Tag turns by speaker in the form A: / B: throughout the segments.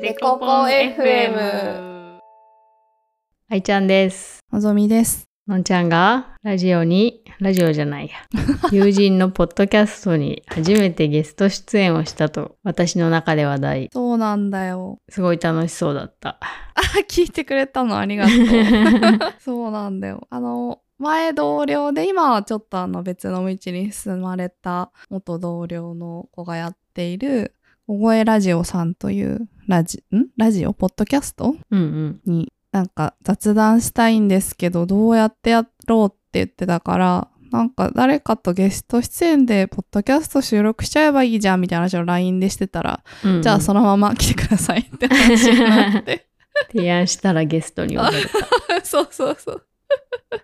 A: デコポン FM
B: 愛ちゃんです。
C: のぞみです。
B: のんちゃんがラジオに、ラジオじ ゃないや。友人のポッドキャストに初めてゲスト出演をしたと、私の中で話題。
C: そうなんだよ。
B: すごい楽しそうだった。
C: あ、聞いてくれたのありがとう。 そうなんだよ。あの、前同僚で、今はちょっとあの別の道に進まれた元同僚の子がやっている、小声ラジオさんというラジ、んラジオポッドキャスト
B: うんうん。
C: になんか雑談したいんですけど、どうやってやろうって言ってたから、なんか誰かとゲスト出演でポッドキャスト収録しちゃえばいいじゃんみたいな話を LINE でしてたら、
B: うんうん
C: じゃあそのまま来てくださいって話にな って。
B: 提案したらゲストに呼ばれた。
C: そうそうそう。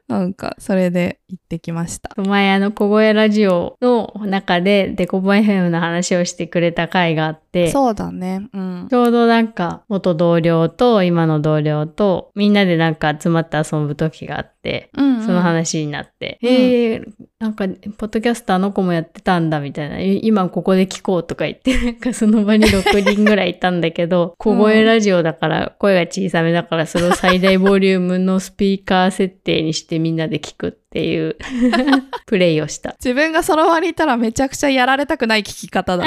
C: なんかそれで行ってきました。
B: 前あの小声ラジオの中でデコポン FM の話をしてくれた回があって、
C: そうだね。うん
B: ち。ょうどなんか元同僚と今の同僚とみんなでなんか集まって遊ぶ時があって、
C: うんうん
B: その話になって、
C: うん
B: えー、なんかポッドキャストあの子もやってたんだみたいなえ今ここで聞こうとか言って なんかその場に6人ぐらいいたんだけど小声ラジオだから声が小さめだからそれを最大ボリュームのスピーカー設定にしてみんなで聞くっていう プレイを した。。
C: 自分がその場にいたらめちゃくちゃやられたくない聞き方だ。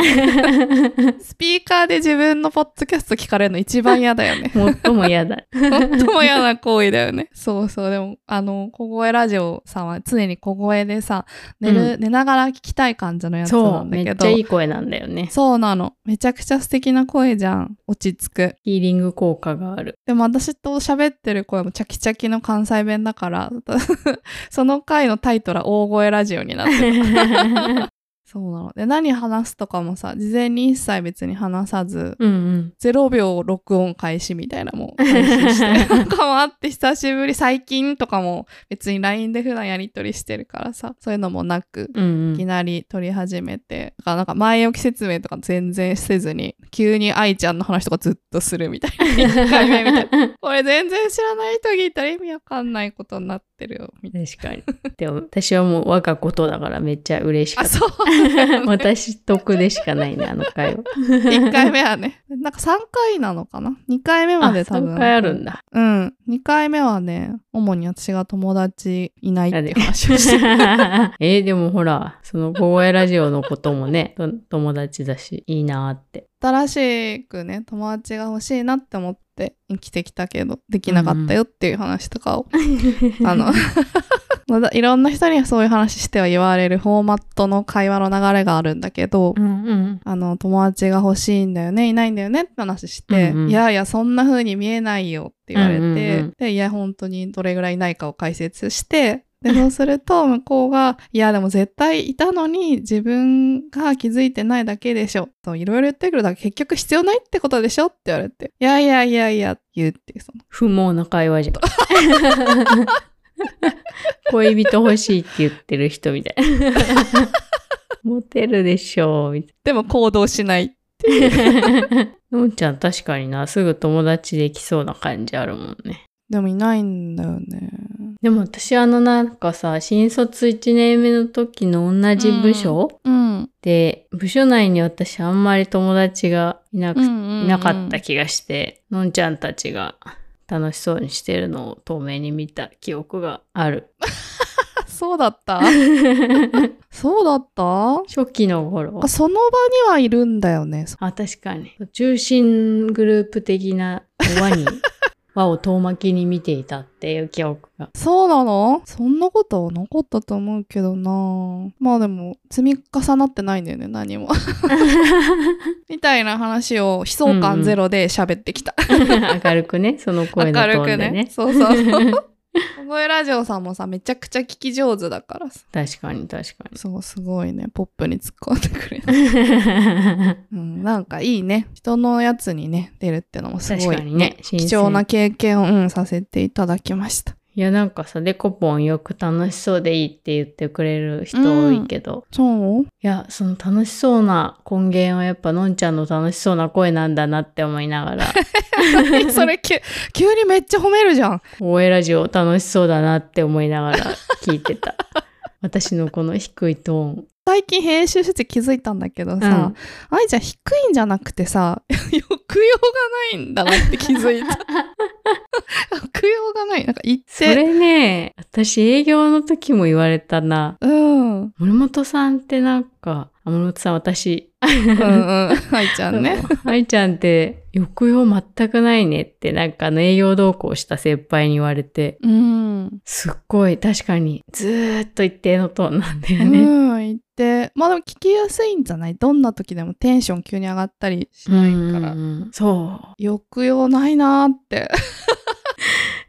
C: スピーカーで自分のポッドキャスト聞かれるの一番嫌だよね
B: 最も嫌だ。
C: 最も嫌な行為だよね。そうそう。でも、あの、小声ラジオさんは常に小声でさ、寝る、寝ながら聞きたい感じのやつ
B: そ
C: な
B: う、
C: んだ
B: め
C: け
B: っ
C: ど。
B: ちゃいい声なんだよね。
C: そうなの。めちゃくちゃ素敵な声じゃん。落ち着く。
B: ヒーリング効果がある。
C: でも私と喋ってる声もチャキチャキの関西弁だから、 その回のタイトルは大声ラジオになってる。そうなの。で、何話すとかもさ、事前に一切別に話さず、
B: うんうん。
C: 0秒録音開始みたいなもん。開始して。なんかもあって久しぶり、最近とかも別に LINE で普段やりとりしてるからさ、そういうのもなく、
B: うん
C: い
B: うん
C: きなり撮り始めて、だからなんか前置き説明とか全然せずに、急に愛ちゃんの話とかずっとするみたいな。1回目みたいな。これ全然知らない人聞いたら意味わかんないことになってるよ、みたい
B: 確かに。でも私はもう我がことだからめっちゃ嬉し
C: な。あ、
B: かった。
C: そうだ よね。
B: 私得でしかないね、あの回は。
C: 1回目はね。なんか3回なのかな ?2 回目ま
B: あ、
C: で多分。
B: 3回あるん だ。
C: うん。2回目はね、主に私が友達いないっていう話をして。
B: えーでもほら、その小声ラジオのこともね、と友達だし、いいなーって。
C: 新しくね、友達が欲しいなって思って生きてきたけど、できなかったよっていう話とかをあ の、まだいろんな人にはそういう話しては言われるフォーマットの会話の流れがあるんだけど、
B: うんうん。
C: あの、友達が欲しいんだよね、いないんだよねって話して、
B: うんうん
C: いやいや、そんな風に見えないよって言われて、
B: うんうんうん
C: で、いや、本当にどれぐらいいないかを解説して、で、そうする と、向こうが、いや、でも絶対いたのに、自分が気づいてないだけでしょ。そう、いろいろ言ってくるだけ、結局必要ないってことでしょって言われて、いやいやいやいや、言うっていう、その、
B: 不毛な会話じゃん。 恋人欲しいって言ってる人みたいな。 モテるでしょう、みたいな。
C: でも行動しない。
B: のんちゃん確かにな、すぐ友達できそうな感じあるもんね。
C: でもいないんだよね。
B: でも私あのなんかさ、新卒1年目の時の同じ部署、
C: うん。
B: で、部署内に私あんまり友達がいなく、いな
C: な
B: かった気がして、のんちゃんたちが楽しそうにしてるのを透明に見た記憶がある。
C: そうだった そうだった
B: 初期の頃
C: あ。その場にはいるんだよね。そ
B: あ、確かに。中心グループ的な 輪に、輪を遠巻きに見ていたっていう記憶 が。
C: そうなのそんなことはなかったと思うけどなまあでも積み重なってないんだよね何 もみたいな話を悲壮感ゼロで喋ってきた、
B: 明るくね、その声の
C: 明
B: ト
C: る
B: ーン
C: く
B: で
C: ね
B: ね。
C: そうそう 小声ラジオさんもさめちゃくちゃ聞き上手だからさ
B: 確かに確 かに。
C: そうすごいねポップに突っ込んでくれ る
B: 確
C: うん、なんかいいね。人のやつにね、出るってのもすご
B: か
C: い、
B: にね、
C: 貴
B: 貴
C: 重な経験を、うん、させていただきました。
B: いやなんかさ、デコポンよく楽しそうでいいって言ってくれる人多いけど、い
C: そう
B: や、その楽しそうな根源はやっぱのんちゃんの楽しそうな声なんだなって思いな がら、
C: 何 それ、急急にめっちゃ褒めるじゃん。
B: 応援ラジオ 楽しそうだなって思いながら聞いてた。私のこの低いトーン、
C: 最近編集してて気づいたんだけどさ、愛ちゃん低いんじゃなくてさ、 抑揚がないんだなって気づいた。 抑揚がない。なんか言っ
B: そ
C: て。
B: れね、私営業の時も言われたな。
C: うん。うん
B: 森本さんってなんか、あ森本さん私、
C: うん。愛ちゃんね。
B: 愛ちゃんって抑揚全くないねってなんかあの営業同行した先輩に言われて、
C: うん。
B: すっごい確かにずーっと一定のトーンなんだよね。
C: うん、言って。まあでも聞きやすいんじゃないどんな時でもテンション急に上がったりしないから。
B: うんそう。
C: 抑揚ないなーって。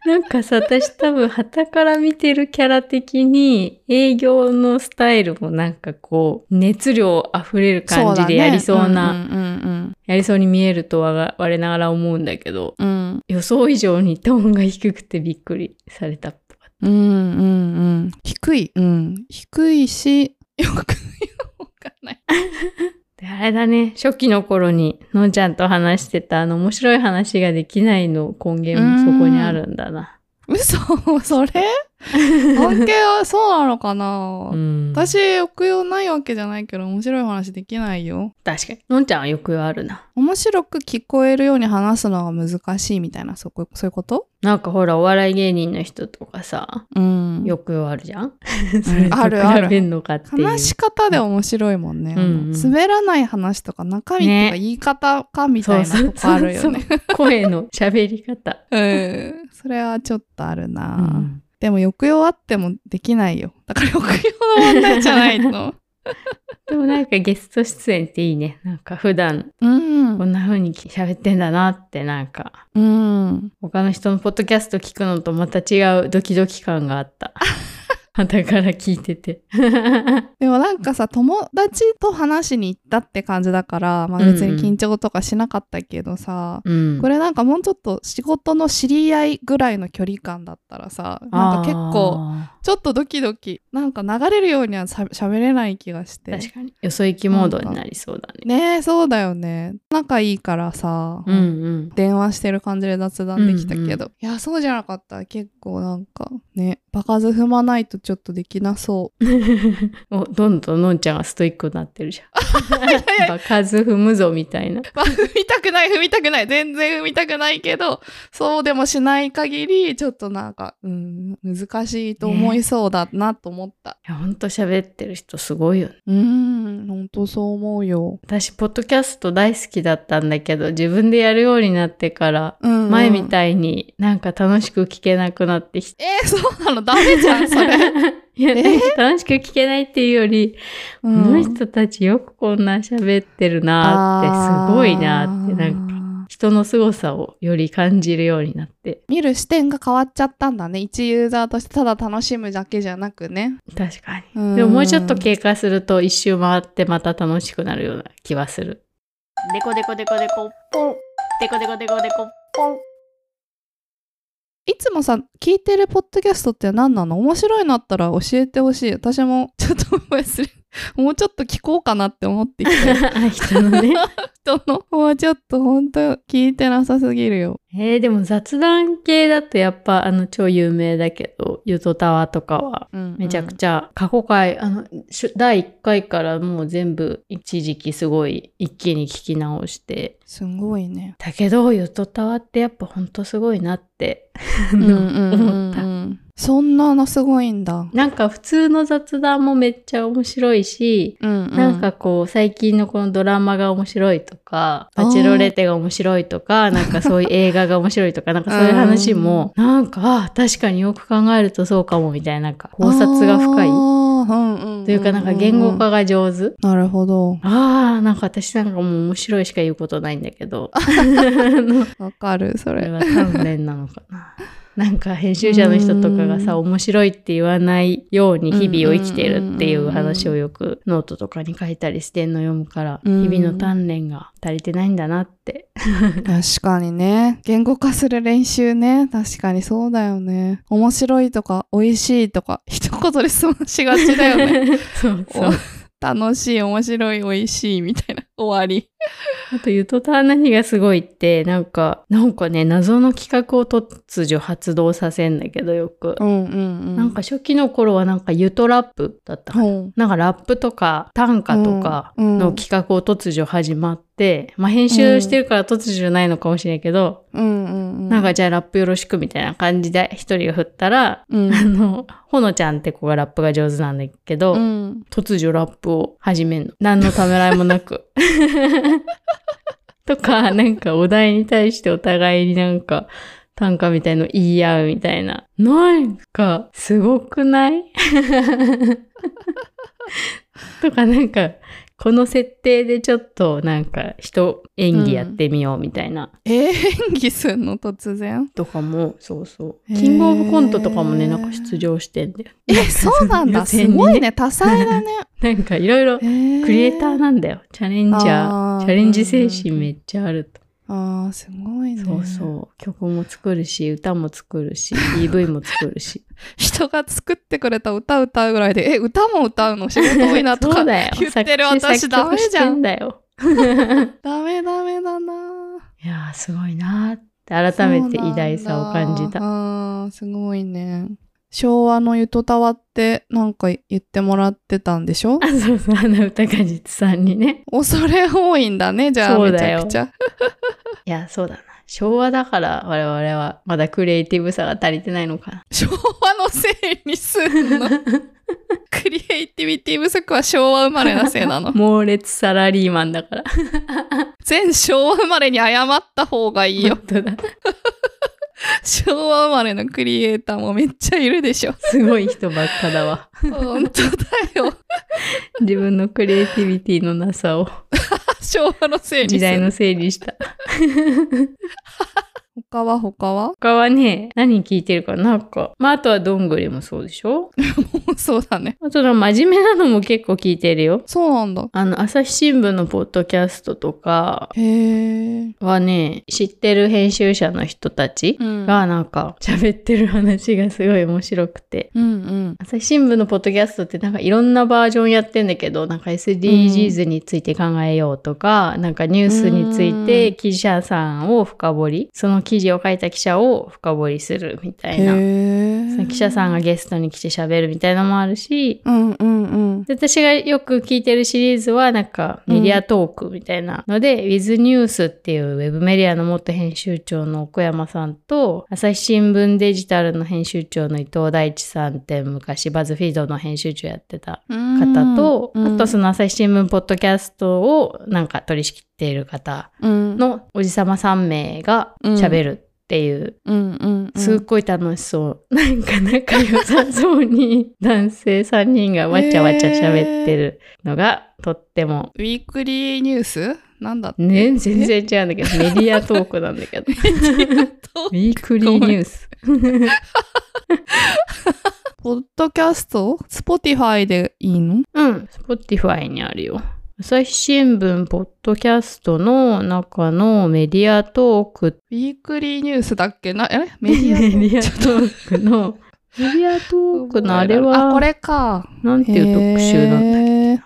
B: なんかさ、私多分、旗から見てるキャラ的に、営業のスタイルもなんかこう、熱量溢れる感じでやりそうな、
C: うんうん
B: やりそうに見えるとは我ながら思うんだけど、
C: うんうん。
B: 予想以上にトーンが低くてびっくりされたっぽかっ
C: うんうんうん。低い。うん。低いし、抑揚がない。
B: た。で、あれだね、初期の頃に、のんちゃんと話してた、あの、面白い話ができないの根源もそこにあるんだな。
C: 嘘それ関係はそうなのかな、
B: うん。
C: 私、抑揚ないわけじゃないけど、面白い話できないよ。
B: 確かに。のんちゃんはよくあるな。
C: 面白く聞こえるように話すのが難しいみたいな、そこ、そういうこと
B: なんかほら、お笑い芸人の人とかさ、
C: うん
B: よくあるじ ゃんそれと
C: あるある
B: 比べんのかっていう。
C: 話し方で面白いもんね。あの
B: うんうん
C: 滑らない話とか中身とか
B: ね
C: 言い方かみたいなとこあるよね。
B: 声の喋り方。
C: うんそれはちょっと あるな、
B: うん
C: でも抑揚あってもできないよ。だから抑揚の問題じゃない の。
B: でもなんかゲスト出演っていいね。なんか普段
C: うん
B: こんな風に喋ってんだなってなんか
C: うん。
B: 他の人のポッドキャスト聞くのとまた違うドキドキ感が あった。だから聞いてて。
C: でもなんかさ、友達と話しに行ったって感じだから、まあ別に緊張とかしなかったけどさ、
B: うん
C: こ。れなんかもうちょっと仕事の知り合いぐらいの距離感だったらさ、なんか結構
B: あ
C: ちょっとドキドキ、なんか流れるようにはさ喋れない気がして。
B: ー確かに。よそ行きモードになりそうだね。
C: ねえ、そうだよね。仲いいからさ、
B: うんうん。
C: 電話してる感じで雑談できたけど、
B: うんうん
C: いやそうじゃなかった結構なんかね場数踏まないとちょっとできなそう
B: お、どんどんのんちゃんがストイックになってるじゃん。場数踏むぞみたいな。
C: まあ踏みたくない踏みたくない全然踏みたくないけどそうでもしない限りちょっとなんかうん難しいと思いそうだなと思った、
B: いや、ほんと喋ってる人すごいよね。
C: うーんほんとそう思うよ、
B: 私、ポッドキャスト大好きだったんだけど、自分でやるようになってから、
C: うんうん
B: 前みたいになんか楽しく聞けなくなってきて。
C: えー、そうなのダメじゃんそれ、
B: いや、
C: え
B: なんか楽しく聞けないっていうより、
C: う
B: この人たちよくこんな喋ってるなーって、すごいなーって、なんか
C: か
B: 人の凄さをより感じるようになって。
C: 見る視点が変わっちゃったんだね一ユーザーとしてただ楽しむだけじゃなくね
B: 確かに。
C: で
B: でももうちょっと経過すると一周回ってまた楽しくなるような気はす る。
A: デコデコデコデコポン。デコデコデコデコポン。
C: いつもさ、聞いてるポッドキャストって何なの面白いのあったら教えてほしい。私もちょっと思いする。 もうちょっと聞こうかなって思ってき て。
B: 人のね。
C: 人の、もうちょっと本当聞いてなさすぎるよ。
B: えー、でも雑談系だとやっぱあの超有名だけど、ゆとたわとかはめちゃく
C: ゃ。
B: ちゃ過去回、あの、し第1回からもう全部一時期すごい一気に聞き直して、
C: すごいね。
B: だけどゆとたわってやっぱほんとすごいなって、
C: う
B: あ
C: ん
B: の
C: うんうん
B: 思った。
C: うんそんなのすごいんだ。
B: なんか普通の雑談もめっちゃ面白いし、
C: うん、
B: なんか、こう、最近のこのドラマが面白いとか、
C: あー
B: バチェロレッテが面白い とか、なんかそういう映画が面白いとか、なんかそういう話も、なんか、あー確かによく考えるとそうかも、みたいな、なんか考察が深い。
C: あーうんうんうんうん
B: というか、なんか言語。化が上手。
C: なるほど。
B: ああ、なんか私なんかもう面白いしか言うことないんだけど、あ
C: わかる、そ
B: れ
C: れ。
B: は鍛錬なのかな。 なんか編集者の人とかがさ、
C: う
B: 面白いって言わないように日々を生きてるっていう話をよくノートとかに書いたりしてんの読むから、
C: うん
B: 日々の鍛錬が足りてないんだ なって。
C: 確かにね。言語化する練習ね。確かにそうだよね。面白いとか、美味しいとか、一言で済ましがちだよね。
B: そうそう。
C: お楽しい、面白い、美味しいみたいな。終わり。
B: あと、ゆとた何がすごいって、なんか、なんかね、謎の企画を突如発動させんだけど、よく。
C: んうんう
B: なんか、初期の頃はなんかゆとラップだったかな。
C: 本
B: なんかラップとか短歌とかの企画を突如始まって、まあ編集してるから突如じゃないのかもしれないけど、
C: うんうんうん。
B: なんか、じゃあラップよろしくみたいな感じで一人が振ったら、
C: うん。
B: あの、ほのちゃんって子がラップが上手なんだけど、
C: うん。
B: 突如ラップを始めんの。何のためらいもなく。 とか、なんかお題に対してお互いになんか短歌みたいの言い合うみたいな。なんか、すごくない とか、なんか、この設定でちょっとなんか人演技やってみようみたいな。
C: えー、演技すんの突然。
B: とかも、そうそう。
C: へー
B: キングオブコントとかもね、なんか出場してんだよ。
C: え、そうなんだ。
B: 予
C: す
B: 選に
C: ごいね。多彩だね。
B: なんかいろいろ
C: え
B: クリエイターなんだよ。チャレンジャ ー。
C: あー
B: チャレンジ精神めっちゃあると。
C: ああ、すごいね。
B: そうそう。曲も作るし、歌も作 るし、PV も作るし。
C: 人が作ってくれた歌歌うぐらいで、え、歌も歌うの仕事多いなと
B: そ
C: か
B: うだよ
C: 言ってる私ダメじゃん。
B: 作詞作曲してだ よ。
C: ダメダメだなぁ
B: いやー、すごいなーって改めて偉大さを感じ
C: そう
B: た。
C: なんだあーすごいね。昭和のゆとたわってなんか言ってもらってたんで しょ
B: あ、そうそう。あの歌が実さん にね。
C: 恐れ多いんだね、じゃあ
B: そう
C: めち
B: だよ
C: ゃくちゃ。
B: いや、そうだな。昭和だから我々はまだクリエイティブさが足りてないのかな。。
C: 昭和のせいにすんの。クリエイティビティ不足は昭和生まれのせいなの
B: 猛烈サラリーマンだから。
C: 全昭和生まれに謝った方がいいよ。
B: 本当だ。
C: 昭和生まれのクリエイターもめっちゃいるでしょ。
B: すごい人ばっかだわ。
C: 本当だよ。
B: 自分のクリエイティビティのなさを
C: 昭和のせいに
B: 時
C: す
B: 代
C: る。
B: のせいにした。
C: 他は他は
B: 他はね、何聞いてるかななんか。まあ、あとはどんぐりもそうでしょ
C: そうだね。
B: あとは真面目なのも結構聞いてるよ。
C: そうなんだ。
B: あの、朝日新聞のポッドキャストとか
C: へえ。
B: はね、知ってる編集者の人たち
C: うん
B: がなんか喋ってる話がすごい面白くて。
C: うんうん。
B: 朝日新聞のポッドキャストってなんかいろんなバージョンやってんだけど、なんか SDGs について考えようとか、なんかニュースについて記者さんを深掘り、その記事を書いた記者を深掘りするみたいな。その
C: え。
B: 記者さん
C: が。
B: がゲストに来て喋るみたいなのもあるし、
C: うんうんうん。
B: で私がよく聞いてるシリーズはなんかメディアトークみたいなので、With News っていうウェブメディアの元編集長の奥山さんと朝日新聞デジタルの編集長の伊藤大地さんって昔バズフィードの編集長やってた方と、あとその朝日新聞ポッドキャストをなんか取り仕切っている方
C: の
B: のおじさま3名が喋るっていう、
C: うんうんうん
B: すっごい楽しそう、なんか仲良さそうに男性3人がわちゃわちゃ喋ってるのがとっても、
C: ウィークリーニュースなんだって。
B: ね、全然違うんだけ どメディアトークなんだけどウ
C: と
B: ィークリーニュース
C: ポッドキャストスポティファイでいいの
B: うん、Spotify にあるよ。朝日新聞ポッドキャストの中のメディアトーク
C: ウィークリーニュースだっけなえメ
B: メ
C: デ
B: デ
C: ィ
B: ィ
C: ア
B: ア
C: ト
B: ト
C: ーク
B: ークの、 メディアトークのあれ
C: あ、こ
B: は、
C: れか。
B: なんていう特集なんだっけ
C: へー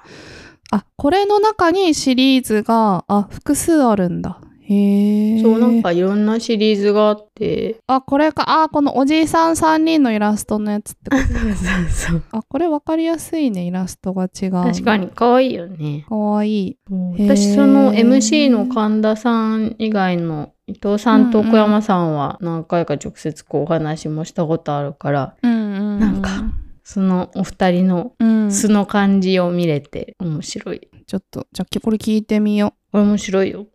C: あ、これの中にシリーズが、あ、複数あるんだ。へえ。
B: そう、なんかいろんなシリーズがあって、
C: あ、これか。あ、このおじいさん3人のイラストのやつってこと。
B: そうそうそう。
C: あ、これわかりやすいね。イラストが違う。
B: 確か。に可愛いよね。
C: かわいい。へー
B: 私、その MC の神田さん以外の伊藤さんと奥山さんは何回か直接こうお話もしたことあるから、
C: うんうん、うん。
B: なんか、そのお二人の
C: うん。
B: 素
C: ち
B: の感じを見れて面白い。
C: ょっと、じゃあこれ聞いてみよう。
B: これ面白いよ。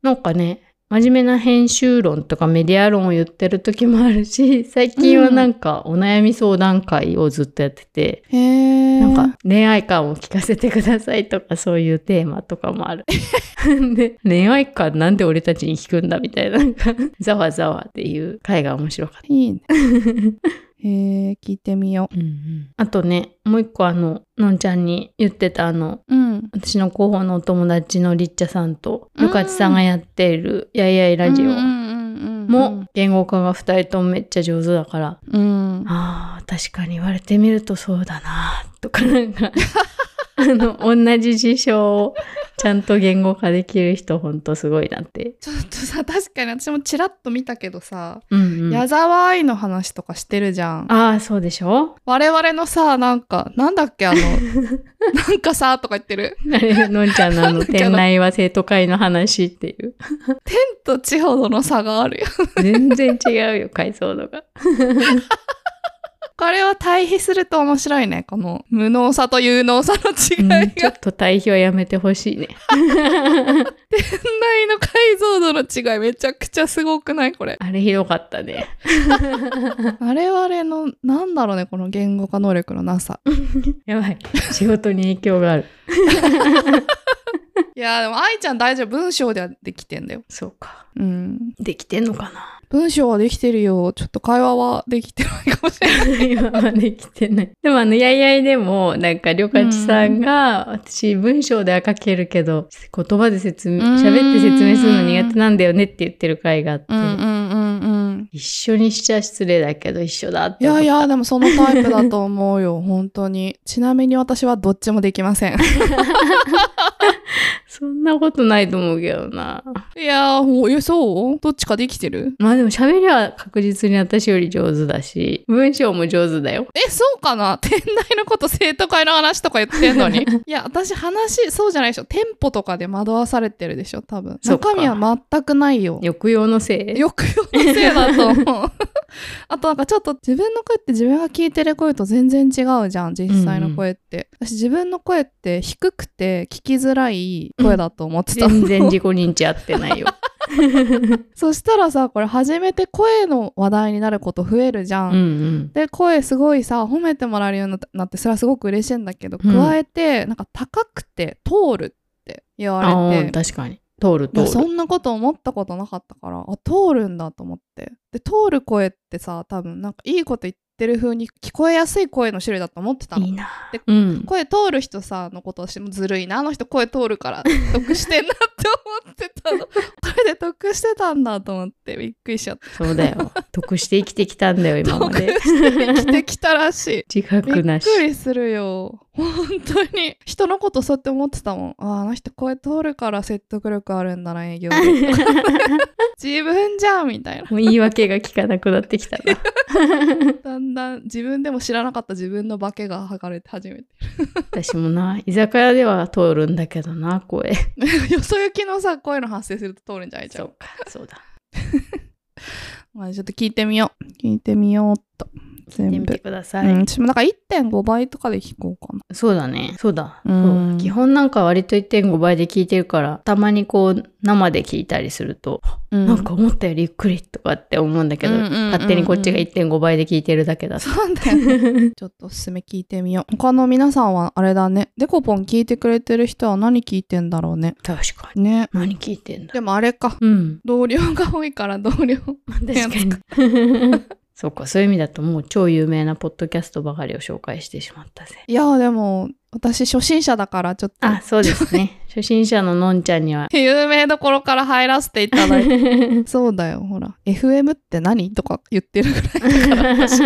B: なんかね、真面目な編集論とかメディア論を言ってる時もあるし、最近はなんかお悩み相談会をずっとやってて、
C: へえ。
B: なんか恋愛観を聞かせてくださいとかそういうテーマとかもある。 で、恋愛観なんで俺たちに聞くんだみたいな、な んかざわざわっていう回が面白かった。
C: い いね。へえ、聞いてみよ
B: うんうん、あとね、もう一個あの、のんちゃんに言ってたあの、
C: う。うん。
B: 私の広報のお友達のリッチャさんと、ルカチさんがやっているやいやいラジオ
C: うんうんうんうん、
B: も、言語化が二人ともめっちゃ上手だから、
C: うん。
B: ああ、確かに言われてみるとそうだな、とかなんか、あの、同じ事象をちゃんと言語化できる人、ほんとすごいなって。
C: ちょっとさ確かに私もちらっと見たけどさ、
B: うん、うん。
C: 矢
B: あ
C: 沢愛の話とかしてるじゃん
B: あ、そうでしょ
C: 我々のさなんかなんだっ けあのなんかさとか言ってる
B: あれ、のんちゃんのあ
C: な
B: の、
C: んだっけあ
B: 店
C: の
B: 内は生徒会の話って いう。
C: と地方との差があるよ
B: 全然違うよ、解像度が。
C: これは対比すると面白いねこの無能さと有能さの違
B: う
C: いが、
B: ん、ちょっと対比はやめてほしいね。
C: 年代の解像度の違いめちゃくちゃすごくないこれ
B: あれひどかったね。
C: 我々のなんだろうねこの言語化能力のなさ
B: やばい。仕事に影響がある。
C: いやでも愛ちゃん大丈夫文章ではできてんだよ
B: そうか。
C: うん
B: できてんのかな
C: 文章はできてるよちょっと会話はできてないかもしれない
B: 今はできてない。でもあの、やいやいでも、なんか、りょかちさんが、私、文章では書けるけど、言葉で説明、
C: うん
B: 喋って説明するの苦手なんだよねって言ってる回があって、
C: んうんうん
B: 一緒にしちゃ失礼だけど、一緒だって
C: い
B: 思っ
C: や
B: た。
C: いやでもそのタイプだと思うよ 本当にちなみに私はどっちもできません
B: そんなことないと思うけどな。
C: いやーもうえそうどっちかできてる
B: まあでも喋りは確実に私より上手だし、文章も上手だよ。
C: え、そうかな 店内のこと生徒会の話とか言ってんの に。いや、私話、そうじゃないでしょ。店舗とかで惑わされてるでしょ、多分。
B: そっか
C: 中身は全くないよ。
B: 抑揚のせい
C: 抑揚のせいだと思う。 あとなんかちょっと自分の声って自分が聞いてる声と全然違うじゃん、実際の声って。私自分の声って低くて聞きづらい声だと思ってたの。
B: 全然自己認知合ってない よ。
C: そしたらさ、これ初めて声の話題になること増えるじゃ
B: うんうん。
C: で声すごいさ褒めてもらえるようになってそれはすごく嬉しいんだけど、
B: うん
C: 加えてなんか高くて通るって言
B: あ
C: わ
B: あ
C: れ
B: ー、
C: て
B: 確かに。通る
C: いや
B: 通
C: そ
B: る。
C: んなこと思ったことなかったからあ通るんだと思ってで通る声ってさ多分なんかいいこと言ってる風に聞こえやすい声の種類だと思ってたの
B: いいな
C: で。
B: うん。
C: 声通る人さのことをしてもずるいなあの人声通るから得してんなって思ってた のこれで得してたんだと思ってびっくりしちゃった
B: そうだよ。得して生きてきたんだよ、今まで。
C: 生きてきたらし い
B: 自覚
C: び
B: な
C: っ
B: し。
C: くりするよ本当に人のことそうやって思ってたもんあーあの人声通るから説得力あるんだな営 業で自分じゃんみたいな
B: もう言い訳が聞かなくなってきたな。
C: だんだん自分でも知らなかった自分の化けが剥がれて初めて
B: 私もな、居酒屋では通るんだけどな、声。
C: よそ行きのさ声の発生すると通るんじゃないじゃ
B: そ
C: ん
B: うか、そうだ。
C: まあちょっと聞いてみよう聞いてみようっと
B: 見て
C: 全
B: みて
C: 部
B: ください。
C: うん、私もなんか1.5倍とかで聞こうかな。
B: そうだね。そうだ。
C: うん
B: そう基本なんか割と1.5倍で聞いてるから、たまにこう生で聞いたりすると、なんか思ったよりゆっくりとかって思うんだけど、
C: うんうんうんうん
B: 勝手にこっちが1.5倍で聞いてるだけだと。
C: そうだよね。ちょっとおすすめ聞いてみよう。他の皆さんはあれだね。デコポン聞いてくれてる人は何聞いてんだろうね。
B: 確かに。
C: ね。
B: 何聞いてんだ
C: でもあれか。
B: うん。
C: 同僚が多いから同僚。
B: 確かに。 そうか、そういう意味だともう超有名なポッドキャストばかりを紹介してしまったぜ。
C: いやーでも、私初心者だからちょっと。
B: あ、 そうですね。初心者ののんちゃん には。
C: 有名どころから入らせていただい て。そうだよ、ほら。FM って何とか言ってるぐら い。
B: そ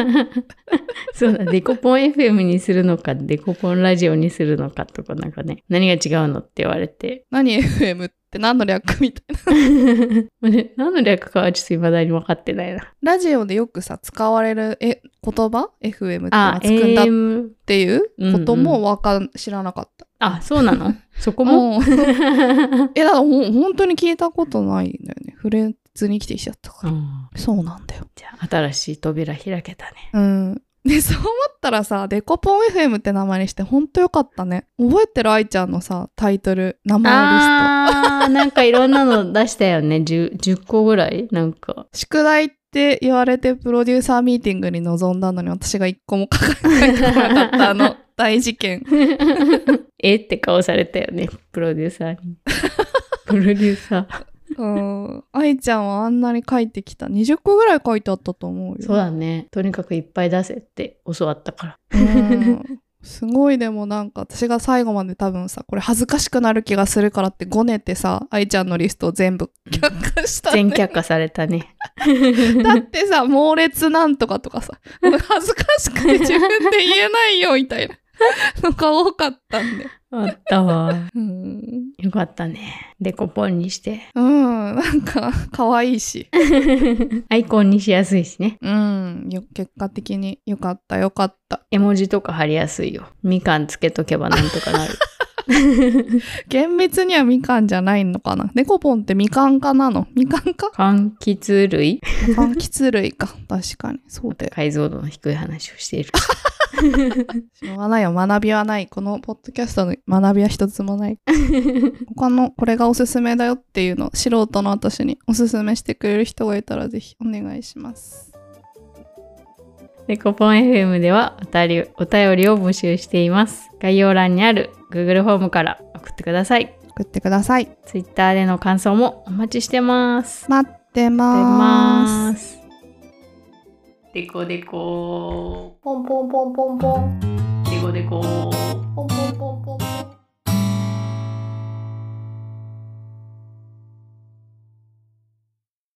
B: うだ、デコポン FM にするのか、デコポンラジオにするのかとか、なんかね、何が違うのって言われ て。
C: 何 FM って何の略みたいな。
B: まあね何の略かはちょっと未だに分かってないな。
C: ラジオでよくさ、使われるえ言葉 ?FM っての
B: あ
C: が、つくんだっ
B: AM。
C: ていうこと
B: うん
C: もわかん、知らなかった。
B: あ、そうなのそこ
C: も
B: も
C: うえだからほん本当に聞いたことないんだよね触れずに生きてきちゃったから、
B: うん
C: そうなんだよ
B: じゃあ、新しい扉開けたね。
C: うんでそう思ったらさデコポン FM って名前にして本当よかったね覚えてる愛ちゃんのさタイトル名前リ
B: あー、なんかいろんなの出したよね。10, 10個ぐらいなんか。
C: スト宿題って言われてプロデューサーミーティングに臨んだのに私が一個も書いてこなかったあ の大事件
B: えって顔されたよね。プロデューサーに。プロデューサー。
C: うん愛ちゃんはあんなに書いてきた20個ぐらい書いてあったと思うよ
B: そうだね。とにかくいっぱい出せって教わった から。
C: うんすごいでもなんか私が最後まで多分さこれ恥ずかしくなる気がするからってごねてさ愛ちゃんのリストを全部却下した
B: 全
C: ね、
B: 却下されたね。
C: だってさ猛烈なんとかとかさ恥ずかしくて自分で言えないよみたいなのが多かったんで
B: うあったわ。
C: うん。
B: よかったね。デコポンにして。
C: うん、なんか、可愛いし。
B: アイコンにしやすいしね。
C: うん、よ結果的によかった、よかった。
B: 絵文字とか貼りやすいよ。みかんつけとけばなんとか なる。
C: 厳密にはみかんじゃないのかな。猫ポンってみかんかなのみかんか
B: 柑橘類
C: 柑橘類か。確かに。そうで。
B: 解像度の低い話をしている。
C: しょうがないよ。学びはない。このポッドキャストの学びは一つも ない。他のこれがおすすめだよっていうの、素人の私におすすめしてくれる人がいたらぜひお願いします。
B: デコポン FM ではお便りお便りを募集しています。概要欄にある Google フォームから送ってください。
C: 送ってください。
B: Twitter での感想もお待ちしてます。
C: 待って
B: 待って
C: まーす。
B: ます。
A: デコデコポンポンポンポンポンデコデコ